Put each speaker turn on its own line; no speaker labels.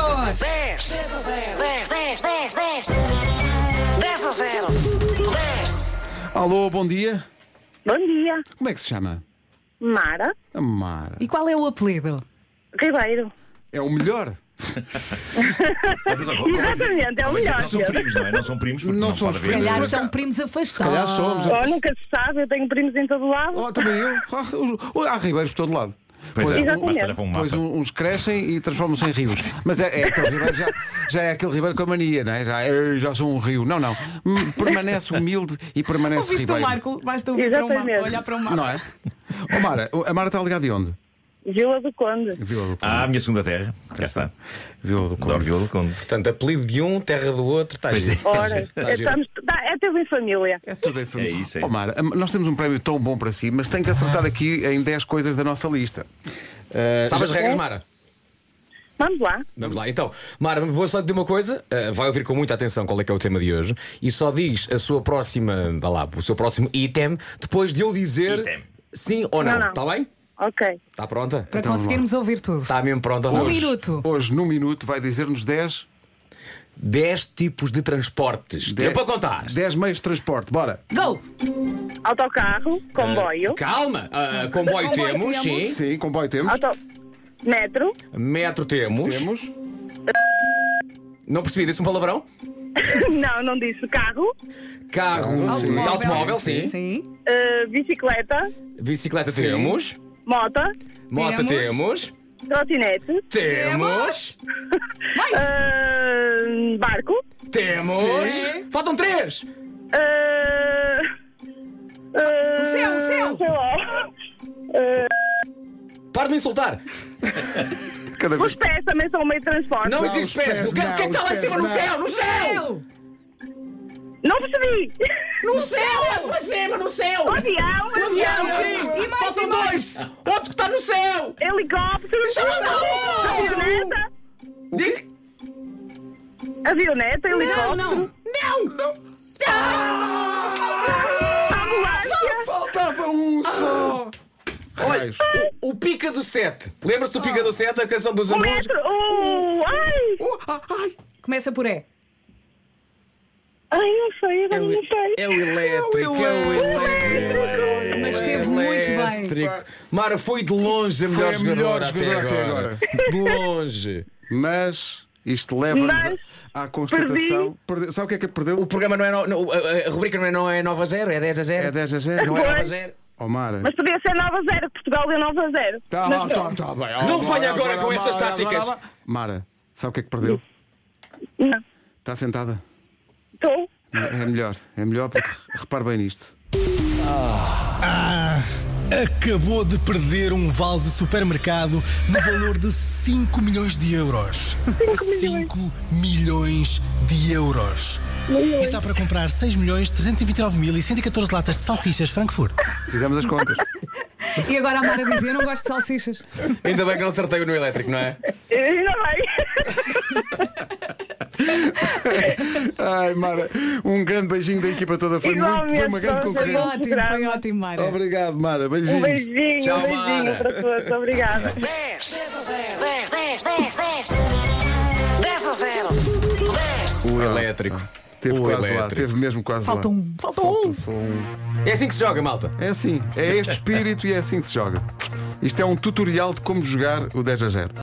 mais.
10 a 0. 10, 10, 10, 10. 10 a 0. 10.
Alô, bom dia.
Bom dia,
Como é que se chama?
Mara
A Mara.
E qual é o apelido?
Ribeiro.
É o melhor.
Mas, atenção, como- como-
Exatamente, é o
Mas
melhor.
São primos, não é? Não são primos porque
Não
não,
são
pode
os
haver.
primos.
Calhar
Mas
são
ca-
primos afastados.
Calhar somos.
Ah.
Oh, nunca se sabe, eu tenho primos em todo lado.
Ah. Oh, também eu. Oh, há ribeiros por todo lado.
Pois é,
Exatamente.
basta olhar para um mapa.
Pois um- uns crescem e transformam-se em rios. Mas é, é aquele ribeiro, já, já é aquele ribeiro com a mania, não é? Já, "Ei, já sou um rio. Não, não. M- Permanece humilde e permanece
Ouviste o
ribeiro.
Marco? Basta ouvir para o mapa,
Exatamente.
olhar para o mapa.
Não é? Ó Mara, a Mara está ligada de onde?
Vila do Conde.
Vila do Conde.
Ah, a minha segunda terra. Cá está.
Vila do Conde.
Dor Viola Conde.
Portanto, apelido de um, terra do outro, está
Pois é.
giro.
Ora,
Tá giro.
estamos, tá, é tudo em família.
É tudo em família.
É isso, é
Ó, Mara, nós temos um prémio tão bom para si, mas tem que acertar aqui em 10 coisas da nossa lista. Ah,
Sabe Eh, as
já-
regras, Mara?
Vamos lá.
Vamos lá, então. Mara, vou só te dizer uma coisa. eh, vai ouvir com muita atenção qual é que é o tema de hoje. E só diz a sua próxima, vá lá, o seu próximo item depois de eu dizer
Item.
sim ou não.
Não, não.
Está bem?
Ok.
Está pronta?
Para
Então, Tá.
conseguirmos ouvir tudo.
Está mesmo pronta?
Um
Hoje.
minuto.
Hoje, num minuto, vai dizer-nos 10.
10 tipos de transportes. Tempo a contar.
10 meios de transporte. Bora.
Go!
Autocarro, comboio,
Calma. ah, comboio,
Comboio
temos,
temos.
sim. Ah,
Sim, comboio temos.
auto... metro,
Metro temos.
Temos.
Não percebi, disse um palavrão?
não, não disse, carro,
Carro,
Automóvel.
sim. automóvel, sim.
Sim.
eh, bicicleta,
Bicicleta temos.
moto,
Moto temos.
trotinete,
Temos.
Ah.
Mais!
eh, barco,
Temos.
Sim.
Faltam três.
eh, eh,
O céu, o céu.
sei lá, eh,
Para de me insultar.
Cada
os
vez.
pés também são um meio de transporte.
Não,
Não,
os
existe pés.
pés
O que o que é que está
não,
lá em
os
cima
pés não.
no céu? No céu!
percebi.
No céu! Lá para cima, no céu!
Um avião, um avião,
Avião, sim!
E mais, e
Faltam
mais.
dois! Outro que está no céu!
helicóptero,
Salvador!
avioneta,
Diga-
avioneta,
Não,
helicóptero,
não!
Não! Ah! Não!
ambulância.
Faltava um só. Ah!
Olha, o, o Pica do Sete. Lembra-se do Pica do Sete, a canção dos
O
amores?
metro, o. Ai!
Uh.
Oh, ah, ai.
Começa por E.
Ai, não sei, agora não sei. É
É o elétrico, é o
É.
elétrico.
Mas esteve muito bem.
É Elétrico. Mara foi de longe a melhor,
a melhor
jogadora,
jogadora
até
até
agora. De longe.
Mas isto leva-nos
Mas
à à constatação. Perde- Sabe o que é que perdeu?
O programa não é. no- no- a, a rubrica não é, não é 9 a 0, é 10 a 0.
É 10 a 0.
Não é
Pois.
9 a 0.
Ó, Mara.
Mas podia ser 9 a 0, Portugal deu 9 a 0.
Tá, lá, tá, tá bem. Ó,
Não
bora,
venha agora
bora,
com
bora,
essas
bora,
táticas. Hum.
bora, bora. Mara, sabe o que é que perdeu?
Não,
Está sentada?
estou.
É melhor. É melhor porque repare bem nisto.
Ah, acabou de perder um vale de supermercado no valor de 5 milhões de euros. 5 milhões de euros. Isto está para comprar 6.329.114 latas de salsichas Frankfurt.
Fizemos as contas.
E agora a Mara diz: Eu não gosto de salsichas.
Ainda bem que não acertei o no elétrico, não é?
Ainda bem.
Ai, Mara, um grande beijinho da equipa toda. Foi, muito, foi uma
Igualmente,
grande
tá,
todos.
Foi
concorrência.
ótimo, foi ótimo, Mara.
Obrigado, Mara.
Um
Beijinhos.
beijinho,
Tchau,
um beijinho
Mara.
para todos. Obrigada.
10. 10 a 0. 10, 10, 10, 10. 10 a 0. 10.
O elétrico.
Teve
o
quase lá,
elétrico.
teve mesmo quase
Falta
lá.
um, falta um.
Só um.
É assim que se joga, malta.
É assim, é este espírito e é assim que se joga. Isto é um tutorial de como jogar o 10 a 0.